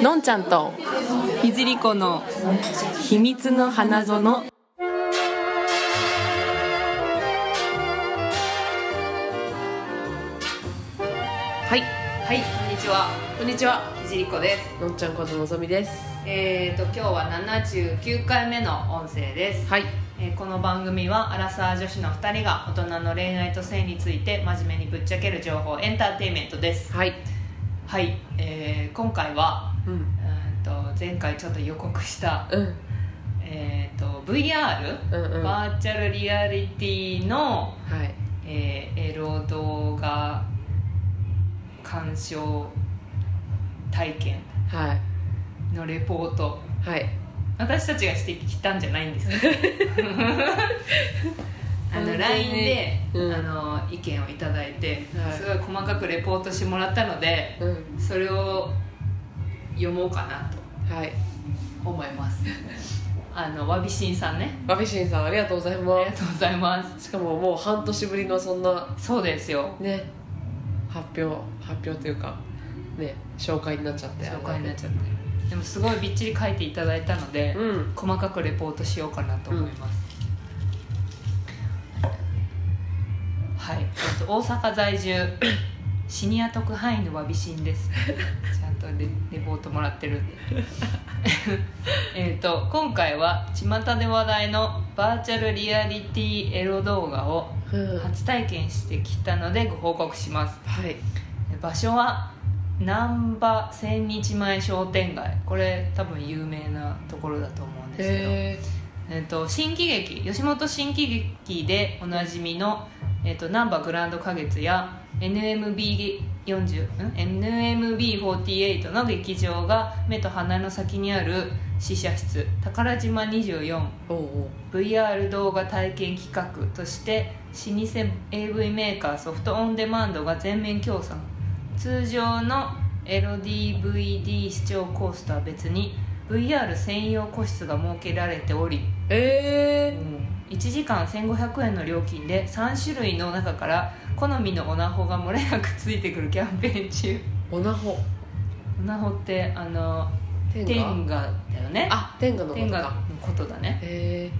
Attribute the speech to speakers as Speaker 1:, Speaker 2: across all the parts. Speaker 1: のんちゃんと
Speaker 2: いじりこの
Speaker 1: 秘密の花園はい
Speaker 2: はいこんにちは
Speaker 1: こんにちはい
Speaker 2: じりこです
Speaker 1: のんちゃんことのぞみです
Speaker 2: えーと今日は79回目の音声です、
Speaker 1: はい
Speaker 2: えーこの番組はアラサー女子の2人が大人の恋愛と性について真面目にぶっちゃける情報エンターテインメントです
Speaker 1: はい
Speaker 2: はい、えー今回は
Speaker 1: うん
Speaker 2: うーんと前回ちょっと予告した
Speaker 1: うん
Speaker 2: えーと VR、
Speaker 1: うんうんは
Speaker 2: バーチャルリアリティの、
Speaker 1: い
Speaker 2: えーエロ動画鑑賞体験
Speaker 1: はい
Speaker 2: のレポート
Speaker 1: はい
Speaker 2: 私たちがしてきたんじゃないんですけど あ
Speaker 1: 完全
Speaker 2: の
Speaker 1: に
Speaker 2: LINE で、
Speaker 1: うん
Speaker 2: あの意見をいただいて、
Speaker 1: はい
Speaker 2: すごい細かくレポートしてもらったので
Speaker 1: うん
Speaker 2: それを読もうかなと
Speaker 1: はい
Speaker 2: 思います あのわびしんさんね
Speaker 1: わびしんさんありがとうござい
Speaker 2: あ
Speaker 1: ま
Speaker 2: りがとうございます
Speaker 1: すしかももう半年ぶりのそんな
Speaker 2: そうですよ
Speaker 1: ね発表発表というかね紹介になっちゃって
Speaker 2: 紹介になっちゃってでもすごいびっちり書いていただいたので、
Speaker 1: うん
Speaker 2: 細かくレポートしようかなと思います、はいえっと大阪在住シニア特派員のわびしんですちゃんとレレポートもらってるんで えっと今回は巷で話題のバーチャルリアリティエロ動画を
Speaker 1: うんは
Speaker 2: 初体験してきたのでご報告します
Speaker 1: い
Speaker 2: 場所は難波千日前商店街これ多分有名なところだと思うんですけど
Speaker 1: へ
Speaker 2: えっと新喜劇吉本新喜劇でおなじみの、えっと難波グランド花月や NMB40 NMB48 の劇場が目と鼻の先にある試写室宝島
Speaker 1: ーおうおう
Speaker 2: 24VR 動画体験企画として老舗 AV メーカーソフトオンデマンドが全面協賛通常のエロ DVD 視聴コースとは別に VR 専用個室が設けられており
Speaker 1: え
Speaker 2: 1時間1500円の料金で3種類の中から好みのオナホが漏れなくついてくるキャンペーン中
Speaker 1: ー、おなほ
Speaker 2: オナホってあの
Speaker 1: 天
Speaker 2: 天
Speaker 1: 下
Speaker 2: 下だよね
Speaker 1: あ天下のこ
Speaker 2: 天
Speaker 1: と
Speaker 2: 下の
Speaker 1: か
Speaker 2: ことだね
Speaker 1: へ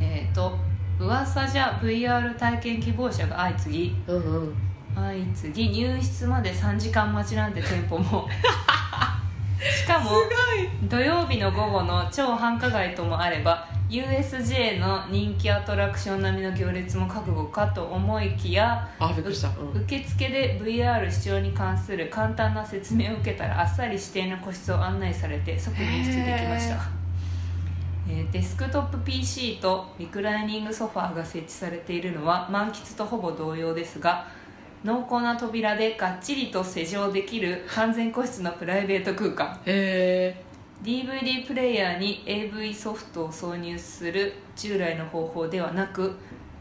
Speaker 2: えっ、と噂じゃ VR 体験希望者が相次ぎ
Speaker 1: えー、うんうん
Speaker 2: 相次ぎ入室まで3時間待ちなんて店舗もしかも土曜日の午後の超繁華街ともあれば USJ の人気アトラクション並みの行列も覚悟かと思いきや
Speaker 1: あびっくりした、うん、
Speaker 2: 受付で VR 視聴に関する簡単な説明を受けたらあっさり指定の個室を案内されて即入室できました
Speaker 1: へ、
Speaker 2: えーデスクトップ PC とリクライニングソファーが設置されているのは満喫とほぼ同様ですが濃厚な扉でがっちりと施錠できる完全個室のプライベート空間
Speaker 1: へ
Speaker 2: DVD プレイヤーに AV ソフトを挿入する従来の方法ではなく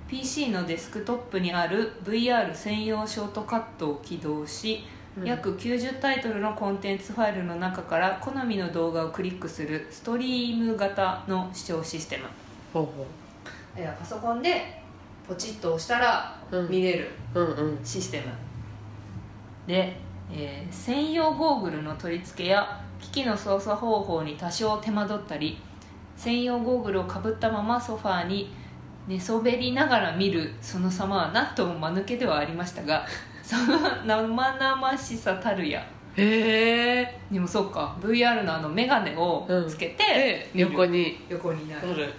Speaker 2: PC のデスクトップにある VR 専用ショートカットを起動し、
Speaker 1: うん
Speaker 2: 約90タイトルのコンテンツファイルの中から好みの動画をクリックするストリーム型の視聴システム
Speaker 1: えほうほ
Speaker 2: いやパソコンでポチッと押したら
Speaker 1: うん
Speaker 2: 見れる
Speaker 1: ううんうん
Speaker 2: システムで、えー専用ゴーグルの取り付けや機器の操作方法に多少手間取ったり専用ゴーグルをかぶったままソファーに寝そべりながら見るその様は何とも間抜けではありましたが その生々しさたるや
Speaker 1: へえ
Speaker 2: でもそうか VR のあの眼鏡をつけて
Speaker 1: で、
Speaker 2: 見る
Speaker 1: 横に
Speaker 2: 横にな
Speaker 1: な
Speaker 2: る
Speaker 1: る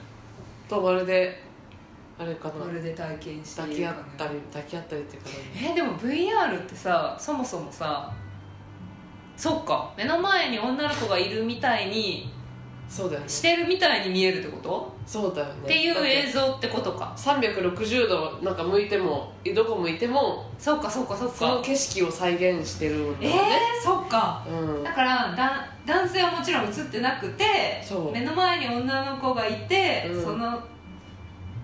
Speaker 1: とまるであれかな
Speaker 2: まるで体験して
Speaker 1: 抱
Speaker 2: い
Speaker 1: き
Speaker 2: る
Speaker 1: 合
Speaker 2: か
Speaker 1: っ
Speaker 2: のよう
Speaker 1: たり抱き合ったりっていうかね
Speaker 2: えーでも VR ってさそもそもさそっか目の前に女の子がいるみたいに
Speaker 1: そうだよね
Speaker 2: してるみたいに見えるってこと、
Speaker 1: そうだよね
Speaker 2: っていう映
Speaker 1: 像
Speaker 2: 像ってことか
Speaker 1: 360度なんか向いてもどこ向いても
Speaker 2: そっかそっかそっ
Speaker 1: その
Speaker 2: か
Speaker 1: 景色を再現してるの
Speaker 2: えー
Speaker 1: ね、、
Speaker 2: そっか
Speaker 1: うん
Speaker 2: だからだ男性はもちろん映ってなくて
Speaker 1: そう
Speaker 2: 目の前に女の子がいて、
Speaker 1: うん
Speaker 2: その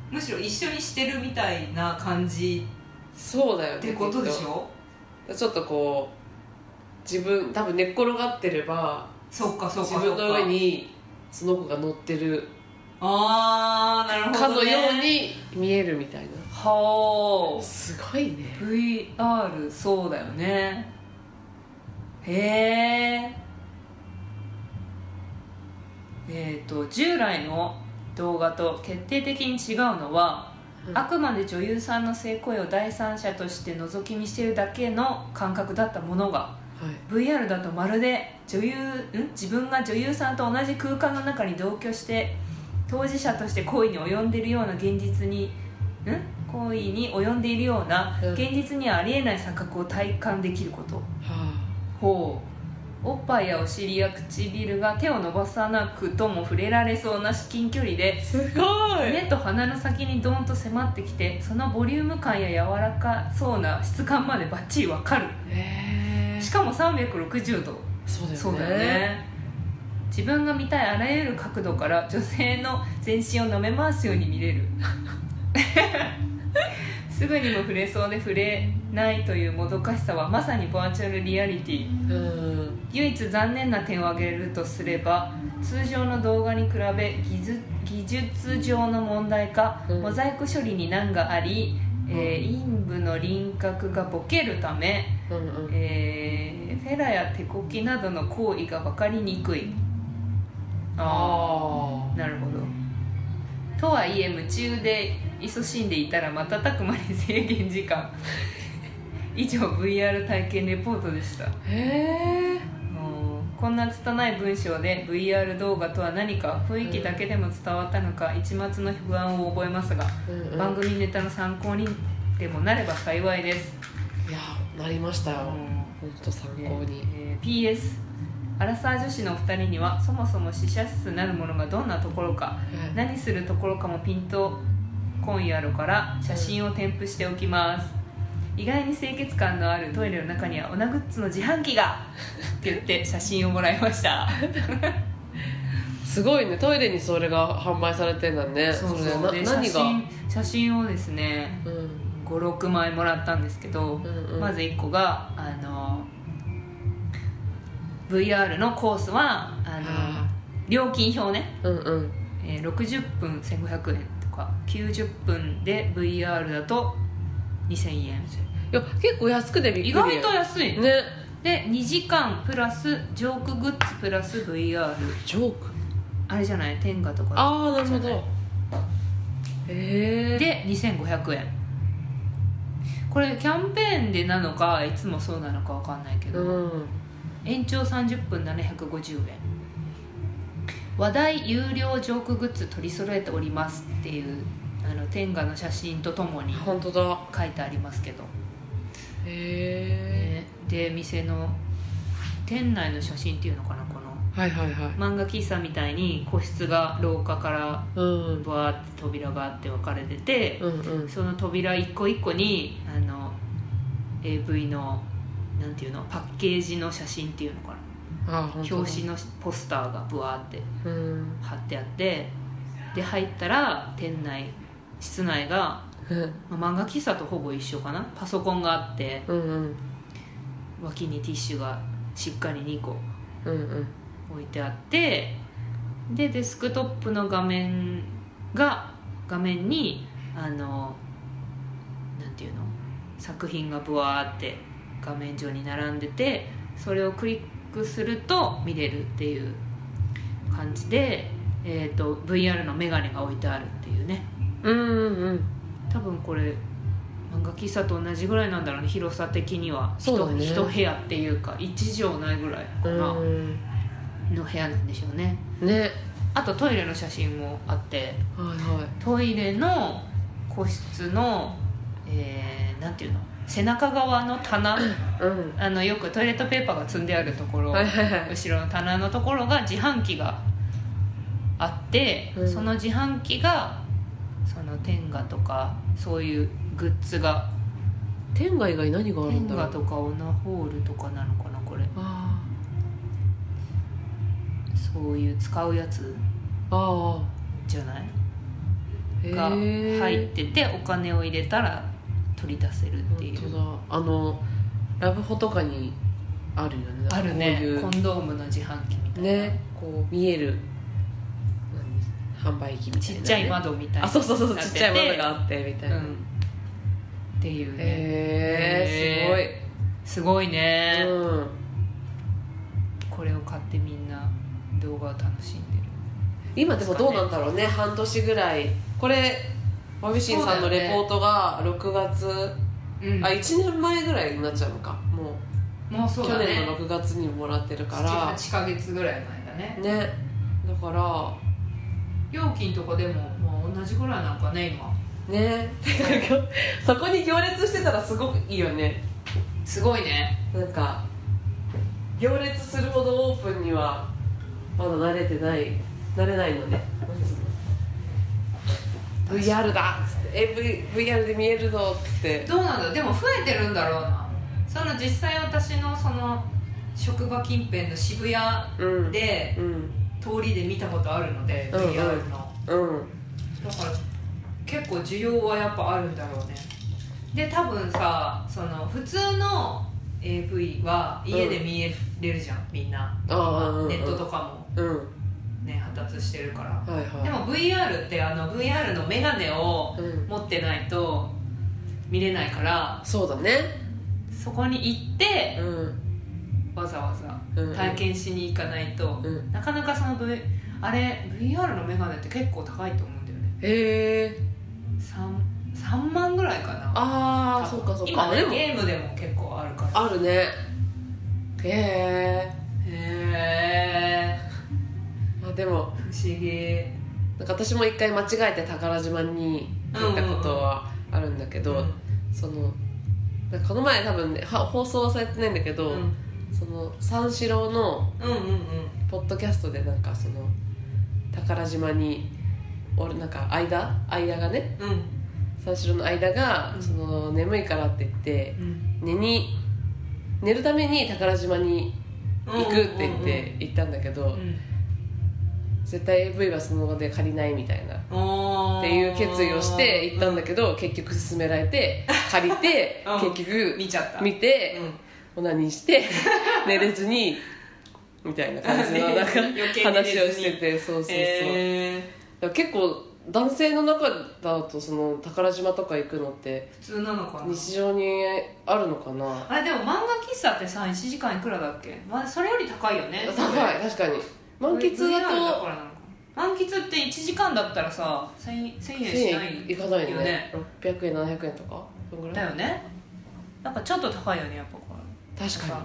Speaker 2: むしろ一緒にしてるみたいな感じ
Speaker 1: そうだよね
Speaker 2: ってことで
Speaker 1: き
Speaker 2: し
Speaker 1: っ
Speaker 2: ょ
Speaker 1: とちょっとこう自分多分寝っ転がってれば
Speaker 2: そっかそっかそ
Speaker 1: 自
Speaker 2: っか
Speaker 1: 分の上にその子が乗ってる
Speaker 2: ああなるほ
Speaker 1: か
Speaker 2: ど、
Speaker 1: の
Speaker 2: ね、
Speaker 1: ように見えるみたいな
Speaker 2: はあ
Speaker 1: すごいね
Speaker 2: VR そうだよねへええー、と従来の動画と決定的に違うのは、
Speaker 1: うん
Speaker 2: あくまで女優さんの性行為を第三者として覗き見してるだけの感覚だったものが VR だとまるで女優ん自分が女優さんと同じ空間の中に同居して当事者として行為に及んでいるような現実にん行為に及んでいるような
Speaker 1: うん
Speaker 2: 現実にはありえない錯覚を体感できること、
Speaker 1: は
Speaker 2: ほうおっぱいやお尻や唇が手を伸ばさなくとも触れられそうな至近距離で
Speaker 1: あすごい、
Speaker 2: 目と鼻の先にドーンと迫ってきてそのボリューム感や柔らかそうな質感までバッチリわかる
Speaker 1: え
Speaker 2: しかも360度
Speaker 1: そうだよね
Speaker 2: そうだよね自分が見たいあらゆる角度から女性の全身を舐め回すように見れる すぐにも触れそうで触れないというもどかしさはまさにバーチャルリアリティ
Speaker 1: うん
Speaker 2: 唯一残念な点を挙げるとすれば通常の動画に比べ技術技術上の問題か、
Speaker 1: うん
Speaker 2: モザイク処理に難があり、えー陰部の輪郭がボケるため、
Speaker 1: うんうん
Speaker 2: えーフェラや手こきなどの行為が分かりにくい
Speaker 1: あ
Speaker 2: なるほどとはいえ夢中で勤しんでいたら瞬く間に制限時間 以上 VR 体験レポートでした
Speaker 1: あへえ
Speaker 2: もうこんな拙い文章で VR 動画とは何か雰囲気だけでも伝わったのか一抹の不安を覚えますが、
Speaker 1: うんうん
Speaker 2: 番組ネタの参考にでもなれば幸いです、
Speaker 1: いやなりましたよ本当参考に、
Speaker 2: えー PS アラサー女子のお二人にはそもそも死者室なるものがどんなところか
Speaker 1: はい
Speaker 2: 何するところかもピンと今夜あるから写真を添付しておきます意外に清潔感のあるトイレの中にはオナグッズの自販機がって言って写真をもらいました
Speaker 1: すごいねトイレにそれが販売されてんだね
Speaker 2: そう
Speaker 1: れ
Speaker 2: そうで
Speaker 1: な
Speaker 2: 写
Speaker 1: 何が、
Speaker 2: 真写真をですね
Speaker 1: うん、
Speaker 2: 56枚もらったんですけど、
Speaker 1: うんうん
Speaker 2: まず1個があの VR のコースはあの
Speaker 1: あ
Speaker 2: 料金表ね、
Speaker 1: うんうん
Speaker 2: えー60分1500円とか90分で VR だと2000円
Speaker 1: いや結構安くでびっくり
Speaker 2: 意外と安い、
Speaker 1: ね
Speaker 2: で2時間プラスジョークグッズプラス VR
Speaker 1: ジョーク
Speaker 2: あれじゃない天下とか
Speaker 1: ああなるほどへえ
Speaker 2: で2500円これキャンペーンでなのかいつもそうなのかわかんないけど、
Speaker 1: うん
Speaker 2: 延長30分750円話題有料ジョークグッズ取り揃えておりますっていうあの天下の写真とともに
Speaker 1: 本当だ
Speaker 2: 書いてありますけど、
Speaker 1: へえ
Speaker 2: ねで店の店内の写真っていうのかなこの
Speaker 1: はいはいはい
Speaker 2: 漫画喫茶みたいに個室が廊下から
Speaker 1: うん
Speaker 2: バーって扉があって分かれてて
Speaker 1: うんうん
Speaker 2: その扉一個一個にあの AV のなんていうのパッケージの写真っていうのか
Speaker 1: あ
Speaker 2: な
Speaker 1: あ本当だ
Speaker 2: 表紙のポスターがブワーって
Speaker 1: うん
Speaker 2: 貼ってあってで入ったら店内室内が、
Speaker 1: うん
Speaker 2: まあ漫画喫茶とほぼ一緒かなパソコンがあって
Speaker 1: うん
Speaker 2: 脇にティッシュがしっかり2個
Speaker 1: うんうん
Speaker 2: 置いてあってでデスクトップの画面が画面にあのなんていうの作品がブワーって画面上に並んでてそれをクリックすると見れるっていう感じで、えー、と VR のメガネが置いてあるっていうね
Speaker 1: うんうんうん
Speaker 2: 多分これ漫画喫茶と同じぐらいなんだろうね広さ的には
Speaker 1: そうだね
Speaker 2: 一部屋っていうか1畳ないぐらいかな、
Speaker 1: うん
Speaker 2: の部屋なんでしょうね
Speaker 1: ね
Speaker 2: あとトイレの写真もあって
Speaker 1: はいは
Speaker 2: トイレの個室の、えー、なんていうの背中側の棚
Speaker 1: いうん
Speaker 2: あのよくトイレットペーパーが積んであるところ、
Speaker 1: はいはいはい
Speaker 2: 後ろの棚のところが自販機があって、
Speaker 1: うん
Speaker 2: その自販機がその天下とかそういうグッズが
Speaker 1: 天外以外何がある
Speaker 2: 天
Speaker 1: んだろ
Speaker 2: 下
Speaker 1: う
Speaker 2: とかオナホールとかなのかなこれ
Speaker 1: あ
Speaker 2: そういう使うやつ
Speaker 1: あああ
Speaker 2: じゃない
Speaker 1: へえ
Speaker 2: が入っててお金を入れたら取り出せるってい
Speaker 1: 本
Speaker 2: う
Speaker 1: 当だあのラブホとかにあるよね
Speaker 2: あるね
Speaker 1: こういう
Speaker 2: コンドームの自販機みたいな、
Speaker 1: ねこう見える何販売機みたい
Speaker 2: ち
Speaker 1: なね、
Speaker 2: っちゃい窓みたい
Speaker 1: あ
Speaker 2: な
Speaker 1: そうそうそう
Speaker 2: な
Speaker 1: ち
Speaker 2: て
Speaker 1: ってちゃい窓があってみたいな、
Speaker 2: うんっていうね、
Speaker 1: へえ
Speaker 2: すごい
Speaker 1: す
Speaker 2: ね、
Speaker 1: ごい、うん、
Speaker 2: これを買ってみんな動画を楽しんでる
Speaker 1: 今でもどうなんだろうね半年ぐらいこれマミシンさんのレポートが6月、
Speaker 2: うん
Speaker 1: あ1年前ぐらいになっちゃうのかもう
Speaker 2: もうそう
Speaker 1: 去
Speaker 2: だ
Speaker 1: 年
Speaker 2: ね
Speaker 1: の6月にもらってるから
Speaker 2: 78か月ぐらい前だね
Speaker 1: ねだか
Speaker 2: 料金とかでも、まあ、同じぐらいなんかね今
Speaker 1: らねそこに行列してたらすごくいいよね
Speaker 2: すごいね
Speaker 1: なんか行列するほどオープンにはまだ慣れてない慣れないのねなんつうの VR だっつってえ、v、VR で見えるぞっつって
Speaker 2: どうなんだでも増えてるんだろうなその実際私のその職場近辺の渋谷
Speaker 1: うん
Speaker 2: で
Speaker 1: うん
Speaker 2: 通りで見たことあるので
Speaker 1: うんうん
Speaker 2: VR の
Speaker 1: うん
Speaker 2: だから結構需要はやっぱあるんだろうねで多分さその普通の AV は家で見れるじゃん、みんな
Speaker 1: ああうんうん
Speaker 2: ネットとかも
Speaker 1: うん
Speaker 2: ね発達してるから
Speaker 1: はいはい
Speaker 2: でも VR ってあの VR の眼鏡を
Speaker 1: うん、
Speaker 2: 持ってないと見れないから
Speaker 1: そうだね
Speaker 2: そこに行って
Speaker 1: うん
Speaker 2: わざわざ
Speaker 1: うん
Speaker 2: 体験しに行かないと、
Speaker 1: うん
Speaker 2: なかなかその、v、あれ VR の眼鏡って結構高いと思うんだよね
Speaker 1: へえ
Speaker 2: 3, 3万ぐらいかな
Speaker 1: ああ
Speaker 2: 多
Speaker 1: そう
Speaker 2: 分
Speaker 1: かそうか
Speaker 2: 今ね
Speaker 1: でも
Speaker 2: ゲームでも結構あるから
Speaker 1: あるねへ
Speaker 2: へえ
Speaker 1: えでも
Speaker 2: 不思議
Speaker 1: なんか私も一回間違えて宝島に行ったことはあるんだけど、そのなんかこの前多分ねは放送はされてないんだけ
Speaker 2: う
Speaker 1: ど、
Speaker 2: ん
Speaker 1: その三四郎の
Speaker 2: うんうんうん
Speaker 1: ポッドキャストでなんかその宝島に俺なんか間間がね
Speaker 2: うん
Speaker 1: 三四郎の間が、
Speaker 2: うん
Speaker 1: その眠いからって言って
Speaker 2: うん
Speaker 1: 寝に寝るために宝島に行くって言っ
Speaker 2: うん
Speaker 1: て行ったんだけど、
Speaker 2: うんうん
Speaker 1: 絶対 AV はその場で借りないみたいな
Speaker 2: おー
Speaker 1: っていう決意をして行ったんだけど、結局勧められて借りて、
Speaker 2: うん
Speaker 1: 結
Speaker 2: うん
Speaker 1: 局
Speaker 2: 見ちゃった
Speaker 1: 見て、オナニーして 寝れずにみたい な感じのなんか
Speaker 2: 余計に寝れず
Speaker 1: 話
Speaker 2: に
Speaker 1: をしててそうそうそう、
Speaker 2: え
Speaker 1: だから結構男性の中だとその宝島とか行くのって
Speaker 2: ー、普通なのかな
Speaker 1: 日常にあるのかな
Speaker 2: あれでも漫画喫茶ってさ1時間いくらだっけ、まあ、それより高いよね
Speaker 1: 高い確かに満喫
Speaker 2: VR だ
Speaker 1: だ
Speaker 2: か
Speaker 1: と
Speaker 2: らなのかな満喫って1時間だったらさ 1000, 1000
Speaker 1: 1000
Speaker 2: 円しない
Speaker 1: 円いかない
Speaker 2: よ
Speaker 1: よね600円700円とかそんぐらい
Speaker 2: だよねなんかちょっと高いよねやっぱこ
Speaker 1: 確か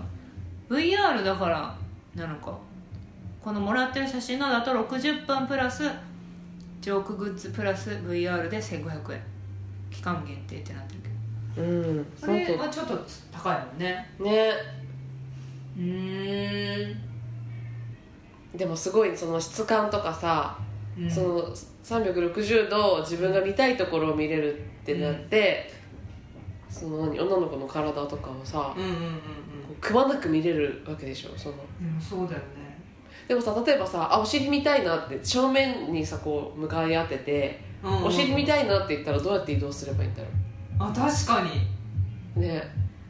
Speaker 2: れ VR だからなのかこのもらってる写真のだと60分プラスジョークグッズプラス VR で1500円期間限定ってなってるけど
Speaker 1: にうん
Speaker 2: こ
Speaker 1: そう
Speaker 2: れはちょっと高いもんね
Speaker 1: とね
Speaker 2: うーん
Speaker 1: でもすごいその質感とかさ、
Speaker 2: うん
Speaker 1: その360度自分が見たいところを見れるってなって、その何女の子の体とかをさ、
Speaker 2: うんうんうん
Speaker 1: こうくまなく見れるわけでしょその
Speaker 2: うんうんそうだよね
Speaker 1: でもさ例えばさあお尻見たいなって正面にさこう向かい合ってて、
Speaker 2: うんうん
Speaker 1: お尻見たいなって言ったらどうやって移動すればいいんだろ
Speaker 2: あ確かに
Speaker 1: うね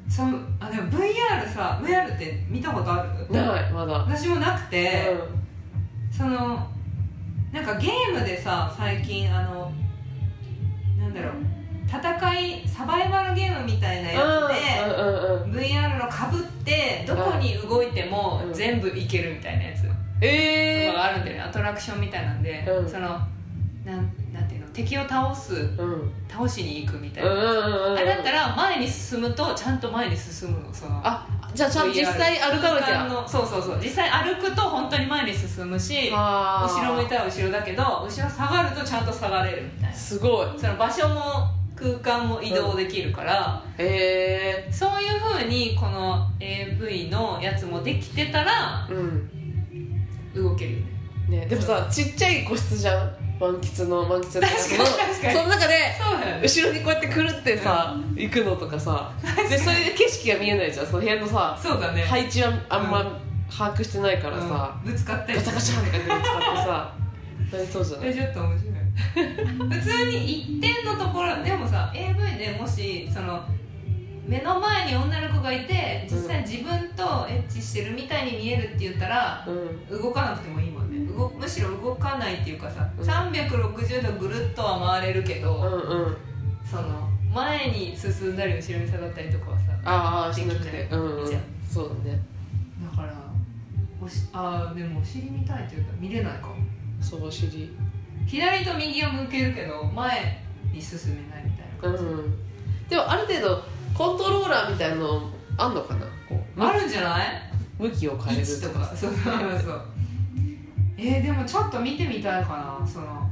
Speaker 2: そうあでも VR さ VR って見たことある
Speaker 1: ないまだ、
Speaker 2: 私もなくて、そのなんかゲームでさ最近あのなんだろう戦いサバイバルゲームみたいなやつ
Speaker 1: うんうんうんうん
Speaker 2: で VR のかぶってどこに動いても
Speaker 1: うん
Speaker 2: 全部いけるみたいなやつと
Speaker 1: え
Speaker 2: か
Speaker 1: え
Speaker 2: があるんだよねアトラクションみたいなんで、
Speaker 1: うん
Speaker 2: そのなんなんていうの敵を倒す
Speaker 1: ー、うんうん
Speaker 2: 倒しに行くみたい
Speaker 1: うん
Speaker 2: な、
Speaker 1: うんうん
Speaker 2: あれだったら前に進むとちゃんと前に進むのその
Speaker 1: あじゃあちゃんと実際歩かなき
Speaker 2: 空間
Speaker 1: ゃ
Speaker 2: のそうそうそう実際歩くと本当に前に進むし
Speaker 1: あー
Speaker 2: 後ろ向いたら後ろだけど後ろ下がるとちゃんと下がれるみたいな
Speaker 1: すごい
Speaker 2: その場所も空間も移動できるから、
Speaker 1: へえ
Speaker 2: そういう風にこの AV のやつもできてたら
Speaker 1: うん
Speaker 2: 動けるよね
Speaker 1: ねでもさちっちゃい個室じゃん満喫の満喫の
Speaker 2: 確かに確かに
Speaker 1: その中で
Speaker 2: そうだよね
Speaker 1: 後ろにこうやってくるってさ行くのとかさでそれで景色が見えないじゃんその部屋のさ
Speaker 2: そうだね
Speaker 1: 配置はあんま把握してないからさ、
Speaker 2: うんぶつかったり
Speaker 1: ガチャガチャとかって使ってさなりそうじゃない
Speaker 2: えちょっと面白い普通に一点のところでもさ AV でもしその目の前に女の子がいて実際自分とエッチしてるみたいに見えるって言ったら
Speaker 1: うん
Speaker 2: 動かなくてもいいもんね動むしろ動かないっていうかさ
Speaker 1: うん
Speaker 2: 360度ぐるっとは回れるけ
Speaker 1: う
Speaker 2: ど
Speaker 1: んうん
Speaker 2: その前に進んだり後ろに下がったりとかはさ
Speaker 1: ああしなくて
Speaker 2: でき
Speaker 1: う
Speaker 2: ない
Speaker 1: ん、うん
Speaker 2: じゃん、
Speaker 1: そうだね
Speaker 2: だからおしあーでもお尻見たいというか見れないかも
Speaker 1: そば尻
Speaker 2: 左と右は向けるけど前に進めないみたいな
Speaker 1: う
Speaker 2: 感じ、
Speaker 1: んでもある程度コントローラーみたいなのあんのかなこう
Speaker 2: あるんじゃない
Speaker 1: 向きを変え
Speaker 2: 位
Speaker 1: る
Speaker 2: 置と かそうそうそうえー、でもちょっと見てみたいかなその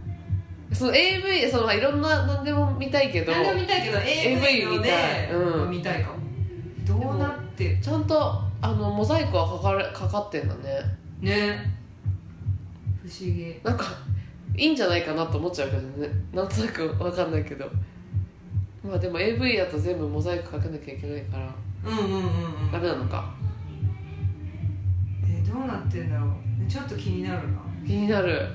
Speaker 1: その AV そのいろんな何でも見たいけど
Speaker 2: 何でも見たいけど AV ので
Speaker 1: 見たいうん
Speaker 2: 見たいかもどうなって
Speaker 1: ちゃんとあのモザイクはかかれかかってんだね
Speaker 2: ね不思議
Speaker 1: なんかいいんじゃないかなと思っちゃうけどねなんとなくわかんないけどまあでも AV だと全部モザイクかけなきゃいけないから
Speaker 2: うんうんうんうん
Speaker 1: ダメなのか
Speaker 2: えーどうなってんだろうちょっと気になるな
Speaker 1: 気になる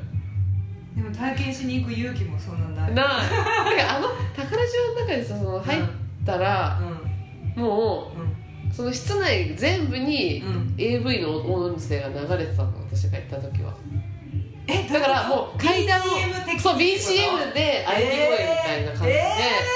Speaker 2: でも体験しに行く勇気もそんなんない
Speaker 1: なあなんかあの宝島の中にさその入っ
Speaker 2: う
Speaker 1: たら
Speaker 2: ん
Speaker 1: も
Speaker 2: う
Speaker 1: うその室内全部に
Speaker 2: んうん
Speaker 1: AV の音声が流れてたの私が行った時は
Speaker 2: え
Speaker 1: だからもう階段を
Speaker 2: BGM 的
Speaker 1: そう BCM で歩き声みたいな感じで、
Speaker 2: え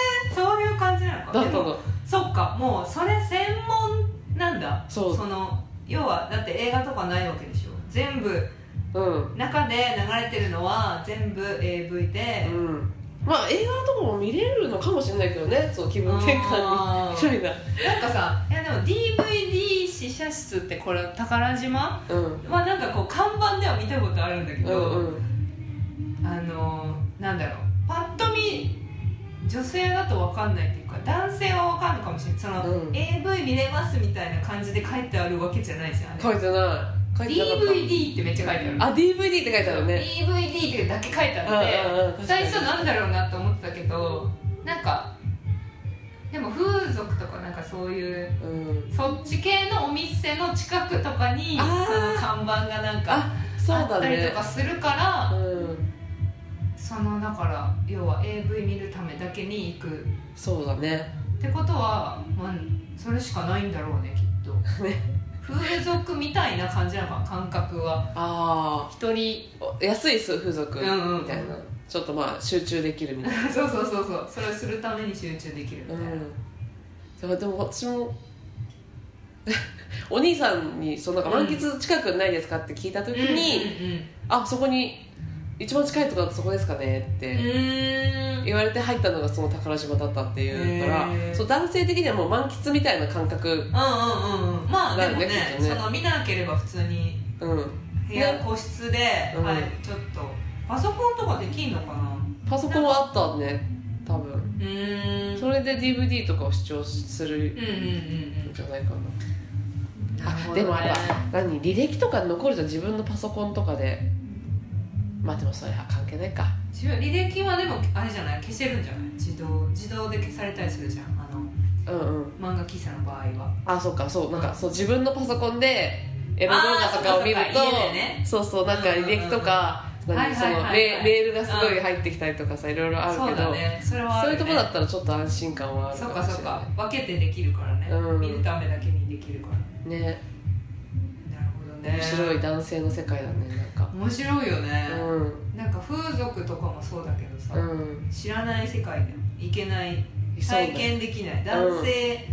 Speaker 2: ーそういう感じなのか
Speaker 1: だった
Speaker 2: でも
Speaker 1: の
Speaker 2: そっかもうそれ専門なんだ
Speaker 1: そう
Speaker 2: の要はだって映画とかないわけでしょ全部
Speaker 1: うん
Speaker 2: 中で流れてるのは全部 AV で
Speaker 1: うんまあ映画とかも見れるのかもしれないけどねその気分転換に
Speaker 2: あ
Speaker 1: み
Speaker 2: ー
Speaker 1: たいな
Speaker 2: なんかさいやでも DVD 試写室ってこれ宝島
Speaker 1: うん
Speaker 2: まあなんかこう看板では見たことあるんだけ
Speaker 1: う
Speaker 2: ど、
Speaker 1: んうん
Speaker 2: あのーなんだろうパッと見女性だと分かんないっていうか男性は分かんのかもしれないその、
Speaker 1: うん
Speaker 2: AV 見れますみたいな感じで書いてあるわけじゃないじゃんあれ
Speaker 1: 書いてない書いてなかっ
Speaker 2: DVD ってめっちゃ書いてある
Speaker 1: たあ DVD って書いてあるね
Speaker 2: DVD ってだけ書いて
Speaker 1: うん
Speaker 2: あって、
Speaker 1: うんうん
Speaker 2: 最初なんだろうなと思ってたけどなんかでも風俗とかなんかそういう
Speaker 1: うん
Speaker 2: そっち系のお店の近くとかにそ
Speaker 1: あー
Speaker 2: の看板がなんか
Speaker 1: あそう
Speaker 2: あっ
Speaker 1: だ
Speaker 2: たり
Speaker 1: ね
Speaker 2: とかするから、
Speaker 1: うん
Speaker 2: そのだから要は AV 見るためだけに行くっ
Speaker 1: そうだね
Speaker 2: てことは、まあ、それしかないんだろうねき っと
Speaker 1: ね
Speaker 2: 風俗みたいな感じなのかな感覚は
Speaker 1: あ
Speaker 2: 一人
Speaker 1: あ安い風俗
Speaker 2: う
Speaker 1: み
Speaker 2: んうん
Speaker 1: たいなちょっとまあ集中できるみたいな
Speaker 2: そうそうそうそうそれをするために集中できるみた
Speaker 1: う
Speaker 2: いな、
Speaker 1: んでもでも私も お兄さんにそのなんか満喫近くないですかって聞いた時に、あそこに一番近いとこだとそこですかねっ
Speaker 2: うんうん
Speaker 1: て
Speaker 2: うん
Speaker 1: 言われて入ったのがその宝島だったっていうから
Speaker 2: へー
Speaker 1: そう男性的にはもう満喫みたいな感覚
Speaker 2: うんうんうんうんまあでも
Speaker 1: だ
Speaker 2: ね
Speaker 1: よねきっとね
Speaker 2: その見なければ普通に
Speaker 1: うん
Speaker 2: 部屋、
Speaker 1: ね
Speaker 2: 個室で、
Speaker 1: うん
Speaker 2: はいちょっとパソコンとかできんのかな
Speaker 1: パソコンはあったね多分
Speaker 2: うんうん
Speaker 1: それで DVD とかを視聴する
Speaker 2: うんうん
Speaker 1: んじゃないか
Speaker 2: うん
Speaker 1: な,、あでもあれだ何履歴とか残るじゃん自分のパソコンとかでまあでもそれは関係ないか
Speaker 2: 自分履歴はでもあれじゃない消せるんじゃない自動自動で消されたりするじゃんあの
Speaker 1: うんうん
Speaker 2: 漫画喫茶の場合は
Speaker 1: あそうかそうなんかそう自分のパソコンでエロ動画とかを見る
Speaker 2: あー
Speaker 1: と
Speaker 2: そっかそっか家でね
Speaker 1: そうそうなんか履歴とか
Speaker 2: うんうんうん
Speaker 1: 何その
Speaker 2: はいはいはい
Speaker 1: メ
Speaker 2: はい
Speaker 1: メールがすごい入ってきたりとかさいろいろある
Speaker 2: そう
Speaker 1: けど
Speaker 2: だねそれはあ
Speaker 1: そう
Speaker 2: る、
Speaker 1: いう
Speaker 2: ね、
Speaker 1: とこだったらちょっと安心感はある
Speaker 2: そ
Speaker 1: か
Speaker 2: っ
Speaker 1: も
Speaker 2: か
Speaker 1: し
Speaker 2: そっか分けてできるからね、
Speaker 1: うん
Speaker 2: 見るためだけにできるからな
Speaker 1: れないね
Speaker 2: るほどね
Speaker 1: 面白い男性の世界だねなんか
Speaker 2: 面白いよね、
Speaker 1: う
Speaker 2: なんか風俗とかもそうだけどさ、
Speaker 1: んうん
Speaker 2: 知らない世界で行けない
Speaker 1: そう
Speaker 2: 体
Speaker 1: ね
Speaker 2: 験できない、
Speaker 1: うん
Speaker 2: 男性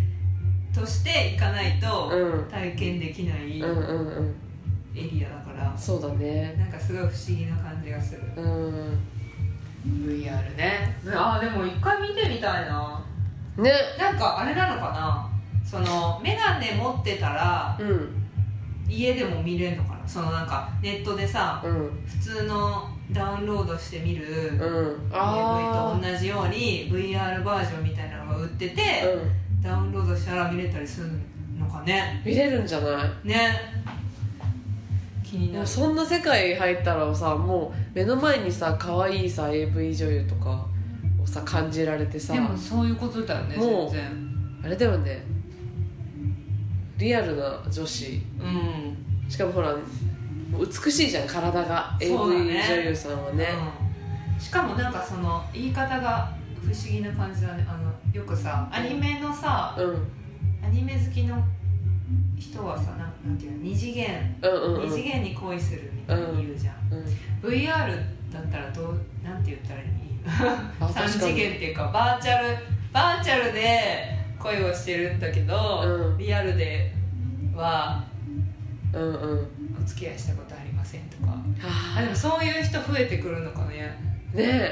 Speaker 2: として行かないと
Speaker 1: うん
Speaker 2: 体験できない
Speaker 1: うんうんうん
Speaker 2: エリアだから、
Speaker 1: そうだね
Speaker 2: なんかすごい不思議な感じがする
Speaker 1: うん
Speaker 2: VR ねあでも一回見てみたいな
Speaker 1: ね
Speaker 2: なんかあれなのかなその眼鏡持ってたら
Speaker 1: うん
Speaker 2: 家でも見れるのかなそのなんかネットでさ
Speaker 1: うん
Speaker 2: 普通のダウンロードして見る
Speaker 1: う
Speaker 2: AV
Speaker 1: ん
Speaker 2: と
Speaker 1: あ
Speaker 2: 同じように VR バージョンみたいなのが売って
Speaker 1: あ
Speaker 2: て、
Speaker 1: うん
Speaker 2: ダウンロードしたら見れたりするのかね
Speaker 1: 見れるんじゃない
Speaker 2: ね気に
Speaker 1: もうそんな世界入ったらさもう目の前にさ可愛いさ AV 女優とかをさ感じられてさ
Speaker 2: でもそういうことだよね
Speaker 1: もう
Speaker 2: 全然
Speaker 1: あれだよねリアルな女子
Speaker 2: うん
Speaker 1: しかもほら美しいじゃん体が AV
Speaker 2: そうだ
Speaker 1: 女
Speaker 2: ね
Speaker 1: 優さんはね
Speaker 2: うんしかもなんかその言い方が不思議な感じだねあのよくさアニメのさ、
Speaker 1: うん
Speaker 2: アニメ好きの人はさなんなんていうの二次元
Speaker 1: うんうんうん
Speaker 2: 二次元に恋するみたいに言うじゃん、
Speaker 1: うん
Speaker 2: VR だったらどうなんて言ったらいい
Speaker 1: あ
Speaker 2: 三
Speaker 1: 確か
Speaker 2: 次
Speaker 1: に
Speaker 2: 元っていうかバーチャルバーチャルで恋をしてるんだけど、
Speaker 1: うん
Speaker 2: リアルでは
Speaker 1: うんうん
Speaker 2: お付き合いしたことありませんとか
Speaker 1: はあ
Speaker 2: あでもそういう人増えてくるのかね
Speaker 1: ね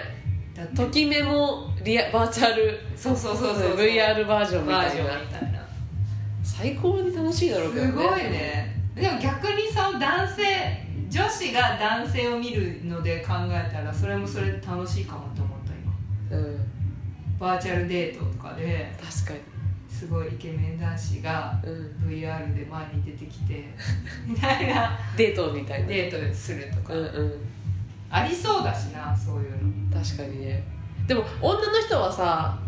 Speaker 2: だって
Speaker 1: ときめもリアバーチャル
Speaker 2: そうそうそうそう
Speaker 1: VR バージョンみ
Speaker 2: バ
Speaker 1: た
Speaker 2: ージ
Speaker 1: いな
Speaker 2: ョンみたいな
Speaker 1: 最高に楽しいだろうけど
Speaker 2: す
Speaker 1: ね
Speaker 2: ごいねでも逆にさ男性女子が男性を見るので考えたらそれもそれで楽しいかもって思った今
Speaker 1: うん
Speaker 2: バーチャルデートとかで
Speaker 1: 確か
Speaker 2: すごいイケメン男子が
Speaker 1: に、うん、
Speaker 2: VR で前に出てきて みたいな
Speaker 1: デートみたいな
Speaker 2: デートするとか、
Speaker 1: うんうん
Speaker 2: ありそうだしなそういうの
Speaker 1: 確かにねでも女の人はさ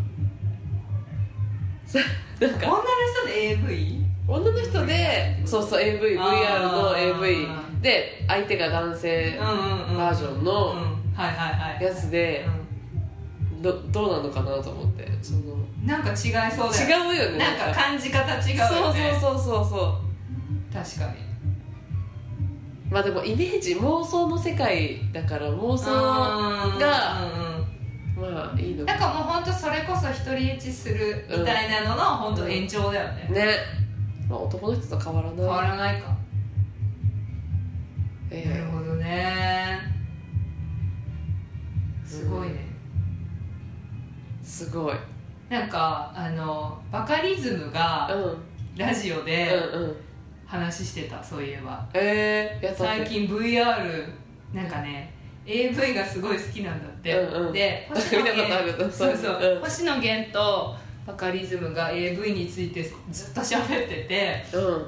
Speaker 1: さなん
Speaker 2: 女
Speaker 1: か
Speaker 2: の人で AV?
Speaker 1: 女の人でそうそう AVVR
Speaker 2: あ
Speaker 1: の
Speaker 2: ー
Speaker 1: AV で相手が男性
Speaker 2: うんうんうん
Speaker 1: バージョン
Speaker 2: うん
Speaker 1: の
Speaker 2: はいはいはい
Speaker 1: やつでどどうなのかなと思ってその
Speaker 2: うんなんか違いそうだよね
Speaker 1: 違うよね
Speaker 2: なんか感じ方違う
Speaker 1: そ
Speaker 2: よ
Speaker 1: う
Speaker 2: ね
Speaker 1: そうそうそうそう
Speaker 2: 確かに
Speaker 1: まあでもイメージ妄想の世界だから妄想が
Speaker 2: うんうん
Speaker 1: まあいいの
Speaker 2: なん
Speaker 1: か
Speaker 2: かもう本当それこそ独りエッチするみたいなのの本当延長だよね、
Speaker 1: ねまあ男の人と変わら
Speaker 2: 変わ
Speaker 1: ない
Speaker 2: らないか、なる
Speaker 1: え
Speaker 2: ほどねすごいね、
Speaker 1: えすごい
Speaker 2: なんかあのバカリズム
Speaker 1: うん
Speaker 2: がラジオで
Speaker 1: うんうん
Speaker 2: 話してたそういえば
Speaker 1: ええやったっけ
Speaker 2: 最近 VR なんかね AV がすごい好きなんだって、
Speaker 1: うんうん
Speaker 2: で
Speaker 1: 見
Speaker 2: 星野
Speaker 1: たことある
Speaker 2: 源そうそう
Speaker 1: うん
Speaker 2: 星野源とバカリズムが AV についてずっと喋ってて
Speaker 1: うん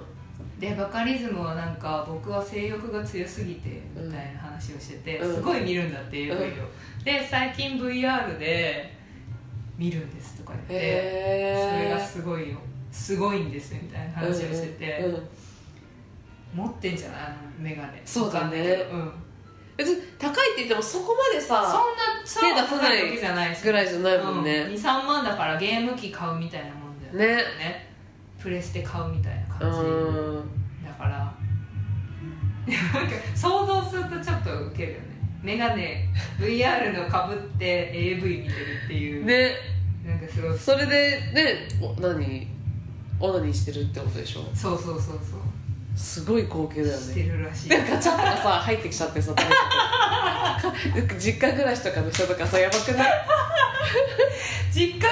Speaker 2: でバカリズムはなんか僕は性欲が強すぎてみたいな話をしてて、
Speaker 1: うん
Speaker 2: すごい見るんだって AV を、
Speaker 1: う
Speaker 2: で最近 VR で見るんですとか言って、
Speaker 1: へえ
Speaker 2: それがすごいよすごいんですみたいな話をしてて、
Speaker 1: うんうん
Speaker 2: 持ってんじゃないあの眼鏡
Speaker 1: そうだね
Speaker 2: うん
Speaker 1: 別に高いって言ってもそこまで
Speaker 2: そん
Speaker 1: さ
Speaker 2: なそんな
Speaker 1: 手出さない
Speaker 2: わけじゃないし
Speaker 1: ぐらいじゃないもん
Speaker 2: うん、
Speaker 1: ね
Speaker 2: 23万だからゲーム機買うみたいなもんだよね
Speaker 1: ね
Speaker 2: プレステ買うみたいな
Speaker 1: う
Speaker 2: 感じ、
Speaker 1: ん
Speaker 2: だから なんか想像するとちょっとウケるよね眼鏡 VR のかぶって AV 見てるっていう、
Speaker 1: ね
Speaker 2: なんかすごい
Speaker 1: それでねお何オナニーしてるってことでしょ
Speaker 2: そうそうそうそう
Speaker 1: すごい光景だよね
Speaker 2: してるらしい
Speaker 1: でガチャとかさ入ってきちゃってさ大丈夫か実家暮らしと かの人とかさやばくない、
Speaker 2: 実家で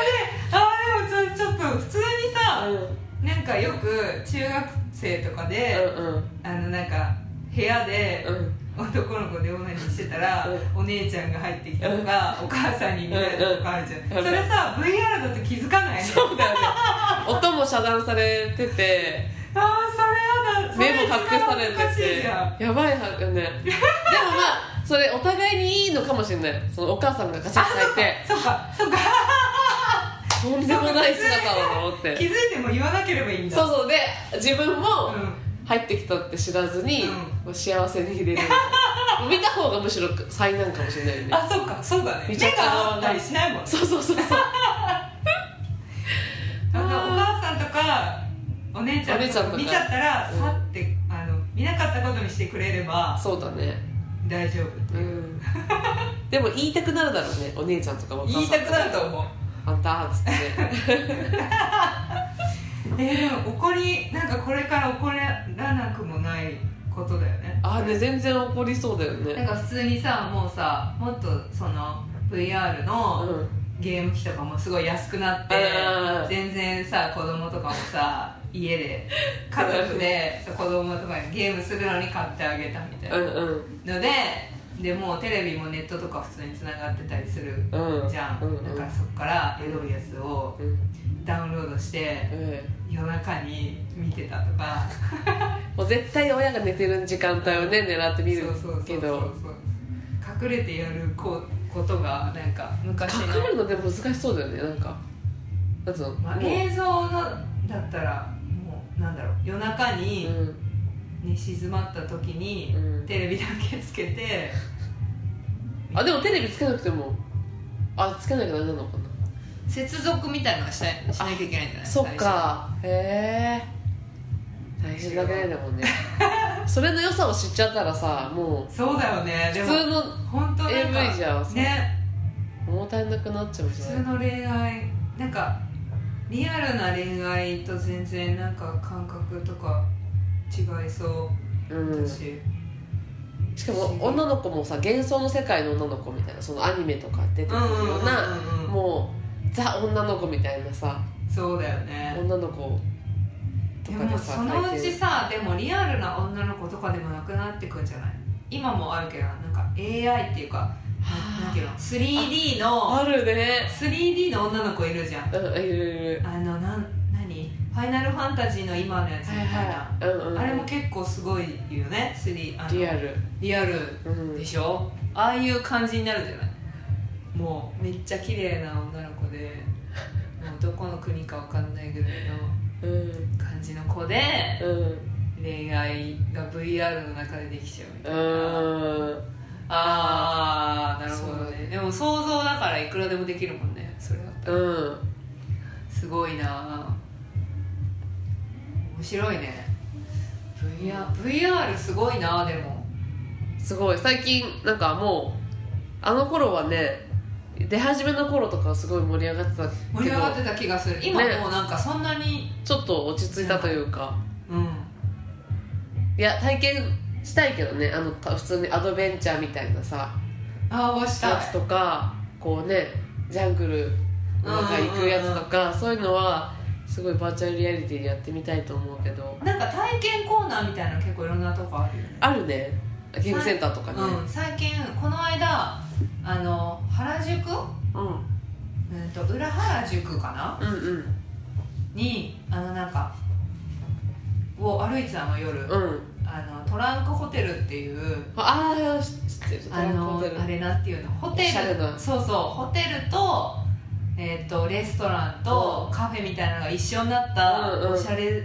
Speaker 2: ああでもちょちょっと普通にさ、
Speaker 1: うん、
Speaker 2: なんかよく中学生とかで、
Speaker 1: うん
Speaker 2: あのなんか部屋で
Speaker 1: うん
Speaker 2: 男の子でオナニーしてたら、お姉ちゃんが入ってきたとか、お母さんに見られたとかあるじゃん、
Speaker 1: うんうん
Speaker 2: それさ VR だと気づかない
Speaker 1: そうだよね音も遮断されてて
Speaker 2: ああそれ
Speaker 1: 目
Speaker 2: やだ
Speaker 1: も隠され
Speaker 2: そ一番恥ずかしてい
Speaker 1: て
Speaker 2: じゃん
Speaker 1: やばいはよねでもまあそれお互いにいいのかもしれないそのお母さんがガチャッと入って
Speaker 2: そっかそっか
Speaker 1: とんでもない姿を思って
Speaker 2: 気づいても言わなければいいんだ
Speaker 1: そうそうで自分も
Speaker 2: うん
Speaker 1: 入ってきたって知らずに、
Speaker 2: うん
Speaker 1: もう幸せに入れる見た方がむしろ災難かもしれないよね
Speaker 2: あそっかそうだね
Speaker 1: 見
Speaker 2: 目
Speaker 1: ちゃった
Speaker 2: が合ったりしないもん
Speaker 1: そうそうそうそう
Speaker 2: あのお母さんとかお姉ちゃん
Speaker 1: お姉ちゃんとか
Speaker 2: 見ちゃったら、
Speaker 1: うん
Speaker 2: さってあの見なかったことにしてくれれば
Speaker 1: そうだね
Speaker 2: 大丈夫っ
Speaker 1: う
Speaker 2: ていう、
Speaker 1: んでも言いたくなるだろうねお姉ちゃんとかお母さん
Speaker 2: 言い
Speaker 1: とか
Speaker 2: たくなると思う
Speaker 1: あんたっつって
Speaker 2: えー、でも怒りなんかこれから怒らなくもないことだよね
Speaker 1: あーね全然怒りそうだよ
Speaker 2: なん
Speaker 1: ね
Speaker 2: か普通にさもうさもっとその VR
Speaker 1: う
Speaker 2: の
Speaker 1: ん
Speaker 2: ゲーム機とかもすごい安くなって
Speaker 1: うん
Speaker 2: 全然さ子供とかもさ家で家族でそう子供とかにゲームするのに買ってあげたみたいな
Speaker 1: うんうん
Speaker 2: のででもうテレビもネットとか普通に繋がってたりする
Speaker 1: うん
Speaker 2: じゃん、
Speaker 1: うんうん
Speaker 2: だからそこからエロいやつを
Speaker 1: うん
Speaker 2: ダウンロードして
Speaker 1: うん
Speaker 2: 夜中に見てたとか
Speaker 1: もう絶対親が寝てる時間帯をね狙って見る
Speaker 2: そうそうそ
Speaker 1: け
Speaker 2: うそう
Speaker 1: ど
Speaker 2: そう隠れてやるこことがなんか昔の
Speaker 1: 隠れるのでも難しそうだよねなんかなんつうの
Speaker 2: まあ、
Speaker 1: もう
Speaker 2: 映像のだったらもうなんだろう夜中に
Speaker 1: うん
Speaker 2: 寝静まった時に
Speaker 1: うん
Speaker 2: テレビだけつけて
Speaker 1: あでもテレビつけなくてもあつけなきゃダメなのかな
Speaker 2: 接続みたいなのがしなしなきゃいけないんじゃない
Speaker 1: そっかへえ大変だけだもんねそれの良さを知っちゃったらさも
Speaker 2: 最初そうだよね
Speaker 1: う
Speaker 2: で
Speaker 1: 普
Speaker 2: も
Speaker 1: 通の
Speaker 2: 本当なんか
Speaker 1: AV じゃん
Speaker 2: ね
Speaker 1: 物足りなくなっちゃう
Speaker 2: 普
Speaker 1: じゃ
Speaker 2: 通
Speaker 1: ん
Speaker 2: の恋愛なんかリアルな恋愛と全然なんか感覚とか違いそう
Speaker 1: うん
Speaker 2: 私
Speaker 1: しかも女の子もさ幻想の世界の女の子みたいなそのアニメとか出てくるような
Speaker 2: うんうん
Speaker 1: もうザ女の子みたいなさ
Speaker 2: そうだよね
Speaker 1: 女の子と
Speaker 2: で
Speaker 1: かで
Speaker 2: も
Speaker 1: さ
Speaker 2: その
Speaker 1: 書
Speaker 2: う
Speaker 1: いて
Speaker 2: ち
Speaker 1: る
Speaker 2: さでもリアルな女の子とかでもなくなってくんじゃない今もあるけどなんか AI っていうかなんていうの 3D の
Speaker 1: あるね
Speaker 2: 3D の女の子いるじゃん
Speaker 1: うんいるいるいる
Speaker 2: あのなん何ファイナルファンタジーの今のやつみたいな、
Speaker 1: いうんうん
Speaker 2: あれも結構すごいよね 3D あの
Speaker 1: リアル
Speaker 2: リアル
Speaker 1: うん
Speaker 2: でしょああいう感じになるじゃないもうめっちゃ綺麗な女の子でもうどこの国かわかんないぐらいの
Speaker 1: うん
Speaker 2: 感じの子で
Speaker 1: うん
Speaker 2: 恋愛が VR の中でできちゃうみた
Speaker 1: う
Speaker 2: いな、
Speaker 1: ん
Speaker 2: ああなるほどねでも想像だからいくらでもできるもんねそれだったら
Speaker 1: うん
Speaker 2: すごいな面白いね VR, VR すごいなでも
Speaker 1: すごい最近なんかもうあの頃はね出始めの頃とかはすごい盛り上がってたけど
Speaker 2: 盛り上がってた気がする今
Speaker 1: ね
Speaker 2: もうなんかそんなに、
Speaker 1: ちょっと落ち着いたというか
Speaker 2: うん
Speaker 1: いや体験したいけどねあのた普通にアドベンチャーみたいなさ
Speaker 2: ああした
Speaker 1: やつとかこうねジャングルの中行くやつとかそういうのはすごいバーチャルリアリティでやってみたいと思うけど
Speaker 2: なんか体験コーナーみたいなの結構いろんなとこあるよね
Speaker 1: あるねゲームセンターとかね
Speaker 2: うん、最近この間あの原宿、
Speaker 1: うん
Speaker 2: うん、と裏原宿かな
Speaker 1: うん
Speaker 2: にあのなんかを歩いてたの夜、
Speaker 1: うんうん
Speaker 2: あのトランクホテルっていう
Speaker 1: ああ知ってる
Speaker 2: あの
Speaker 1: トランクホテル
Speaker 2: あれなんていうのホテ
Speaker 1: おしゃれな
Speaker 2: ルそうそうホテルと,、えー、とレストランとカフェみたいなのが一緒になった
Speaker 1: うんうん
Speaker 2: おしゃれ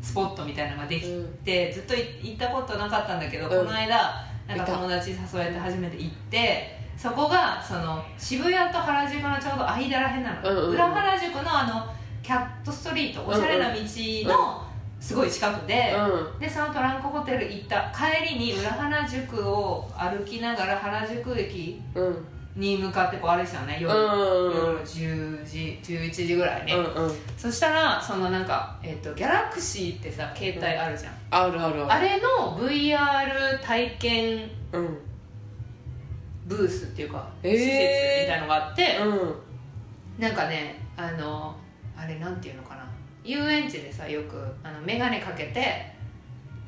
Speaker 2: スポットみたいなのができて、ずっとい行ったことなかったんだけど、
Speaker 1: うん
Speaker 2: この間なん
Speaker 1: 行
Speaker 2: か
Speaker 1: った
Speaker 2: 友達に誘われて初めて行ってそこがその渋谷と原宿のちょうど間らへんなの、
Speaker 1: うんうんうん
Speaker 2: 裏原宿のあのキャットストリートおしゃれな道のすごい近くで。
Speaker 1: うん
Speaker 2: でそのトランクホテル行った帰りに裏原宿を歩きながら原宿駅
Speaker 1: うん
Speaker 2: に向かってこう歩いてたのね夜,、
Speaker 1: うん
Speaker 2: 夜10時11時ぐらいね、
Speaker 1: うんうん
Speaker 2: そしたらそのなんか、えっとギャラクシーってさ携帯あるじゃん、
Speaker 1: あるあるあ
Speaker 2: あ
Speaker 1: る
Speaker 2: れの VR 体験
Speaker 1: うん
Speaker 2: ブースっていうか、
Speaker 1: えー
Speaker 2: 施設みたいのがあって、
Speaker 1: うん
Speaker 2: なんかねあのあれなんていうのかな遊園地でさよくあの眼鏡かけて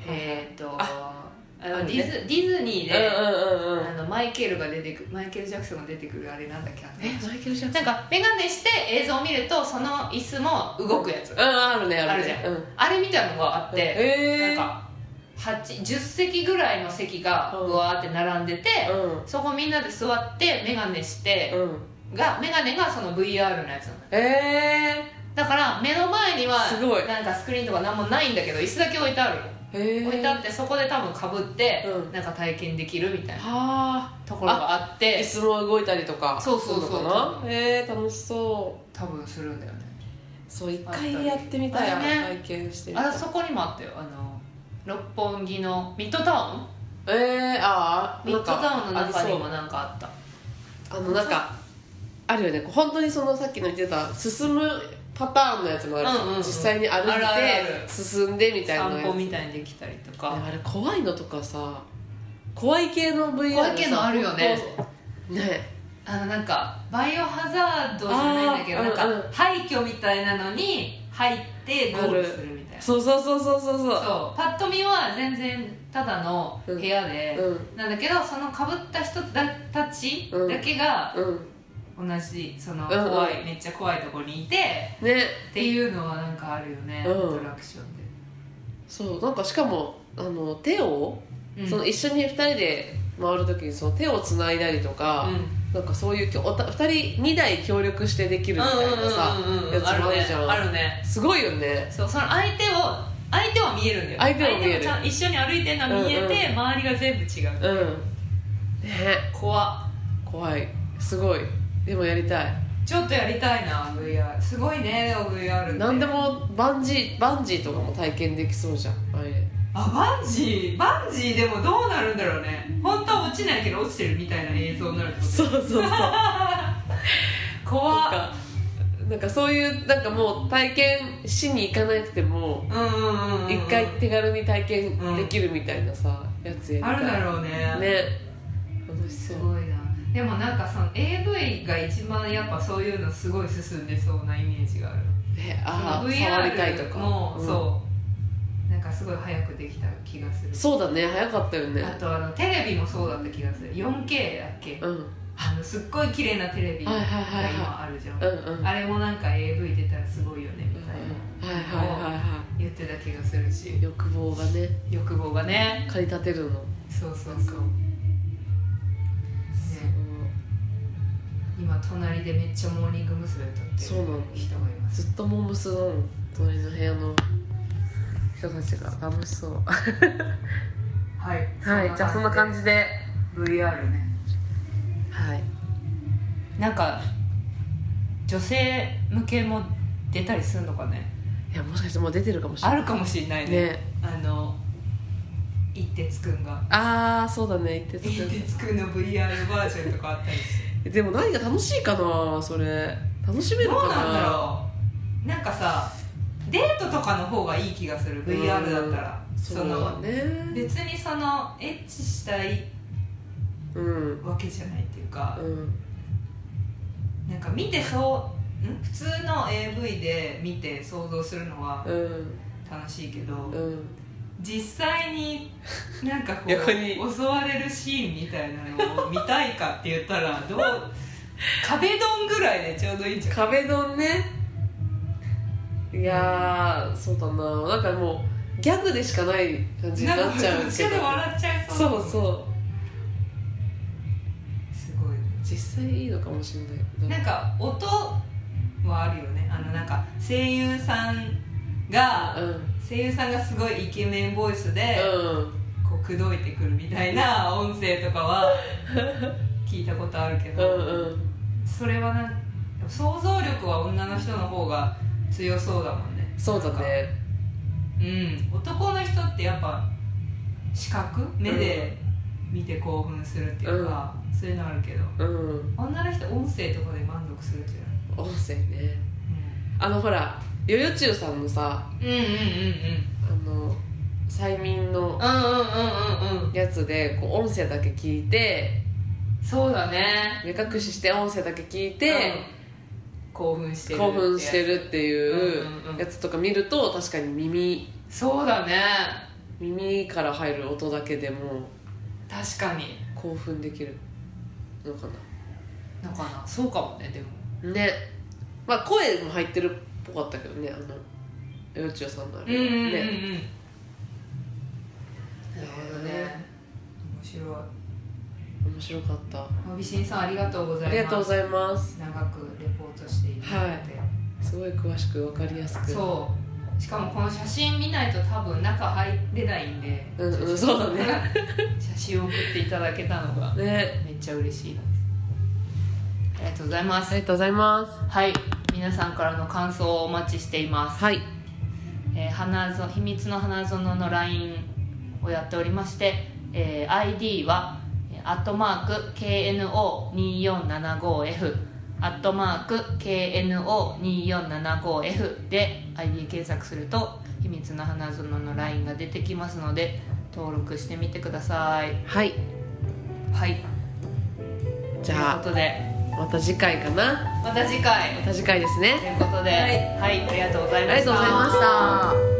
Speaker 2: えっ、とあの
Speaker 1: ある
Speaker 2: デ
Speaker 1: ね
Speaker 2: ィズディズニ
Speaker 1: う
Speaker 2: ー
Speaker 1: ん
Speaker 2: で、
Speaker 1: うんうんうん
Speaker 2: あのマイケルが出てくマイケル・ジャクソンが出てくるあれなんだっけあの
Speaker 1: マイケル・ジャク
Speaker 2: なんか眼鏡して映像を見るとその椅子も動くやつ
Speaker 1: うんあるねあるね
Speaker 2: あるじゃ
Speaker 1: ん
Speaker 2: あれみたいなのがあって、
Speaker 1: ええ
Speaker 2: なんか8 10席ぐらいの席が
Speaker 1: うん
Speaker 2: ぶわーって並んでて、
Speaker 1: うん
Speaker 2: そこみんなで座って眼鏡して、
Speaker 1: うん
Speaker 2: が眼鏡がその VR のやつなの
Speaker 1: ええ
Speaker 2: だから目の前には
Speaker 1: すごい
Speaker 2: なんかスクリーンとか何もないんだけど椅子だけ置いてあるの
Speaker 1: へえ
Speaker 2: 置いてあってそこで多分かぶって、
Speaker 1: うん
Speaker 2: なんか体験できるみたい
Speaker 1: は
Speaker 2: な
Speaker 1: あ
Speaker 2: ところがあ
Speaker 1: 椅
Speaker 2: って
Speaker 1: 子も動いたりとか
Speaker 2: そうそうそう
Speaker 1: するのかなへえ楽しそう
Speaker 2: 多分するんだよね
Speaker 1: そう一回やってみたい
Speaker 2: あった
Speaker 1: 体
Speaker 2: り
Speaker 1: 験してみたい
Speaker 2: あそこにもあったよあの六本木のミッドタウン
Speaker 1: ええああ
Speaker 2: ミッ
Speaker 1: な
Speaker 2: ド
Speaker 1: んか
Speaker 2: タウンの中に
Speaker 1: あ
Speaker 2: もなんかあった
Speaker 1: りそうあのなんかあるよね本当にそのさっきの言ってた進むパターンのやつもあるじゃん
Speaker 2: うんうんうん
Speaker 1: 実際に歩いて
Speaker 2: あるあるある
Speaker 1: 進んでみたいな
Speaker 2: 散
Speaker 1: やつ
Speaker 2: 歩みたいにできたりと
Speaker 1: ね
Speaker 2: か
Speaker 1: あれ怖いのとかさ怖い系の VR
Speaker 2: 怖い系のあるよね
Speaker 1: さね
Speaker 2: あのなんかバイオハザードじゃないんだけど
Speaker 1: あ
Speaker 2: な
Speaker 1: ー
Speaker 2: んか
Speaker 1: うんうん
Speaker 2: 廃墟みたいなのに入ってゴールするみたいな
Speaker 1: そうそうそうそうそうそう
Speaker 2: そうパッと見は全然ただの部屋で、
Speaker 1: うん
Speaker 2: なんだけどそのかぶった人だたちだけが
Speaker 1: うん
Speaker 2: 同じその
Speaker 1: うんうん
Speaker 2: 怖い、めっちゃ怖いとこにいて
Speaker 1: ね
Speaker 2: っていうのはなんかあるよね、
Speaker 1: うん
Speaker 2: アトラクションで、
Speaker 1: そうなんかしかもあの手を、
Speaker 2: うん
Speaker 1: その一緒に2人で回る時にその手をつないだりとか、なんかそういうきょおた2人2台協力してできるみたいなさ
Speaker 2: うんうんうんうん
Speaker 1: やつもあるじゃん
Speaker 2: あるねあるね
Speaker 1: すごいよね
Speaker 2: そうその相手を相手は見えるんだよ
Speaker 1: 相手は見える
Speaker 2: 相手もちゃん一緒に歩いてるのは見えて、周りが全部違う
Speaker 1: うんね
Speaker 2: 怖っ
Speaker 1: 怖いすごいでもやりたい
Speaker 2: ちょっとやりたいな VR すごいね VR って
Speaker 1: 何でもバンジーバンジーとかも体験できそうじゃんあれ
Speaker 2: あバンジーバンジーでもどうなるんだろうね本当は落ちないけど落ちてるみたいな映像になるってこと
Speaker 1: そうそう そう
Speaker 2: 怖
Speaker 1: なん
Speaker 2: っ
Speaker 1: かなんかそういうなんかもう体験しに行かなくても
Speaker 2: うんうんうんうん
Speaker 1: 一回手軽に体験できるみたいなさ、やつやりた
Speaker 2: あ
Speaker 1: い
Speaker 2: るだろうね
Speaker 1: ね楽しそ
Speaker 2: す
Speaker 1: う
Speaker 2: ごいなでもなんかその AV が一番やっぱそういうのすごい進んでそうなイメージがある
Speaker 1: ねあ
Speaker 2: そ
Speaker 1: あ
Speaker 2: の
Speaker 1: 触りたいとか
Speaker 2: も、
Speaker 1: ん
Speaker 2: そうなんかすごい早くできた気がする
Speaker 1: そうだね早かったよね
Speaker 2: あとあのテレビもそうだった気がする 4K だっけ
Speaker 1: うん
Speaker 2: あのすっごい綺麗なテレビが
Speaker 1: はいはいはいはい
Speaker 2: 今あるじゃん、
Speaker 1: うんうん
Speaker 2: あれもなんか AV 出たらすごいよねみたい
Speaker 1: は
Speaker 2: な、
Speaker 1: いはいはいは
Speaker 2: 言ってた気がするし
Speaker 1: い欲望がね
Speaker 2: 欲望がね
Speaker 1: 駆り立てるの
Speaker 2: そうそうそう今隣でめっちゃモーニング娘。歌ってる
Speaker 1: そうなの
Speaker 2: 人がいます
Speaker 1: ずっとモームスの隣の部屋の人たちが楽しそう
Speaker 2: はい
Speaker 1: はいじゃあそんな感じで
Speaker 2: VR ね
Speaker 1: はい
Speaker 3: なんか女性向けも出たりするのかね
Speaker 1: いやもしかしてもう出てるかもしれ
Speaker 3: あ
Speaker 1: ない
Speaker 3: るかもしれないね
Speaker 1: ね
Speaker 2: あの一徹くんが
Speaker 1: ああそうだね言って
Speaker 2: 一徹くんの VR バージョンとかあったりして
Speaker 1: たでも何が楽しいかなそれ楽しめる
Speaker 2: ど
Speaker 1: か
Speaker 2: う
Speaker 1: な
Speaker 2: なんだろうなんかさデートとかの方がいい気がする VR だったら
Speaker 1: そ
Speaker 2: そう
Speaker 1: だ
Speaker 2: の
Speaker 1: ね
Speaker 2: 別にそのエッチしたい
Speaker 1: うん
Speaker 2: わけじゃないっていうか
Speaker 1: うん
Speaker 2: なんか見てそうん普通の AV で見て想像するのは
Speaker 1: うん
Speaker 2: 楽しいけど、
Speaker 1: うん
Speaker 2: 実際になんかこ
Speaker 1: 横に
Speaker 2: う襲われるシーンみたいなのを見たいかって言ったらどう壁ドンぐらいでちょうどいいんじゃん
Speaker 1: 壁ドンねいやーそうだななんかもうギャグでしかない感じにな
Speaker 2: なん
Speaker 1: っ
Speaker 2: か
Speaker 1: ちゃう
Speaker 2: どっち
Speaker 1: け
Speaker 2: か
Speaker 1: ど
Speaker 2: で笑っちゃいそう
Speaker 1: そうそう
Speaker 2: すごいね
Speaker 1: 実際いいのかもしれない
Speaker 2: なんか音はあるよねあのなんか声優さん
Speaker 1: う
Speaker 2: が
Speaker 1: ん
Speaker 2: 声優さんがすごいイケメンボイスで
Speaker 1: うん
Speaker 2: こう口説いてくるみたいな音声とかは聞いたことあるけ
Speaker 1: う
Speaker 2: ど、
Speaker 1: んうん
Speaker 2: それはなん想像力は女の人の方が強そうだもんね
Speaker 1: そうだね
Speaker 2: うん男の人ってやっぱ視覚目で見て興奮するっていうか、そういうのあるけど
Speaker 1: うん
Speaker 2: 女の人音声とかで満足するじゃない
Speaker 1: 音声ねあのほらよよちゅうさんのさ
Speaker 2: うんうんうんう
Speaker 1: あ
Speaker 2: ん
Speaker 1: の催眠の
Speaker 2: うんうんうんうんうん
Speaker 1: やつでこう音声だけ聞いて
Speaker 2: そうだね
Speaker 1: 目隠しして音声だけ聞いて、
Speaker 2: うん興奮してる
Speaker 1: 興奮してるっていう
Speaker 2: うんうんうん
Speaker 1: やつとか見ると確かに耳
Speaker 2: そうだね
Speaker 1: 耳から入る音だけでも
Speaker 2: 確かに
Speaker 1: 興奮できるのか
Speaker 2: だからそうかもねでも
Speaker 1: なねまあ声も入ってるっぽかったけどねあのよよちゅうさんのあれは
Speaker 2: な
Speaker 1: ね
Speaker 2: るほどね面白い
Speaker 1: 面白かった
Speaker 2: まびしんさんありがとうございま
Speaker 1: あ
Speaker 2: す
Speaker 1: りがとうございます
Speaker 2: 長くレポートしていただいて、
Speaker 1: すごい詳しく分かりやすく
Speaker 2: そうしかもこの写真見ないと多分中入れないんで、
Speaker 1: うんうんそうだね
Speaker 2: 写真を送っていただけたのが
Speaker 1: ね
Speaker 2: めっちゃ嬉しいですありがとうございま
Speaker 1: あ
Speaker 2: す
Speaker 1: りがとうございます
Speaker 2: はい皆さんからの感想をお待ちしています、
Speaker 1: はい
Speaker 3: えー花園秘密の花園の LINE をやっておりまして、えー ID は「アットマーク #KNO2475F」「アットマーク #KNO2475F」で ID 検索すると「秘密の花園」の LINE が出てきますので登録してみてください
Speaker 1: はい
Speaker 3: はい
Speaker 1: じ
Speaker 3: という
Speaker 1: ゃ
Speaker 3: ことで
Speaker 1: あまた次回かな
Speaker 2: また次回
Speaker 1: また次回です
Speaker 3: と
Speaker 1: ね
Speaker 3: いうことで
Speaker 1: は
Speaker 3: はい、ありがとうござい
Speaker 1: あ
Speaker 3: ました
Speaker 1: りがとうございました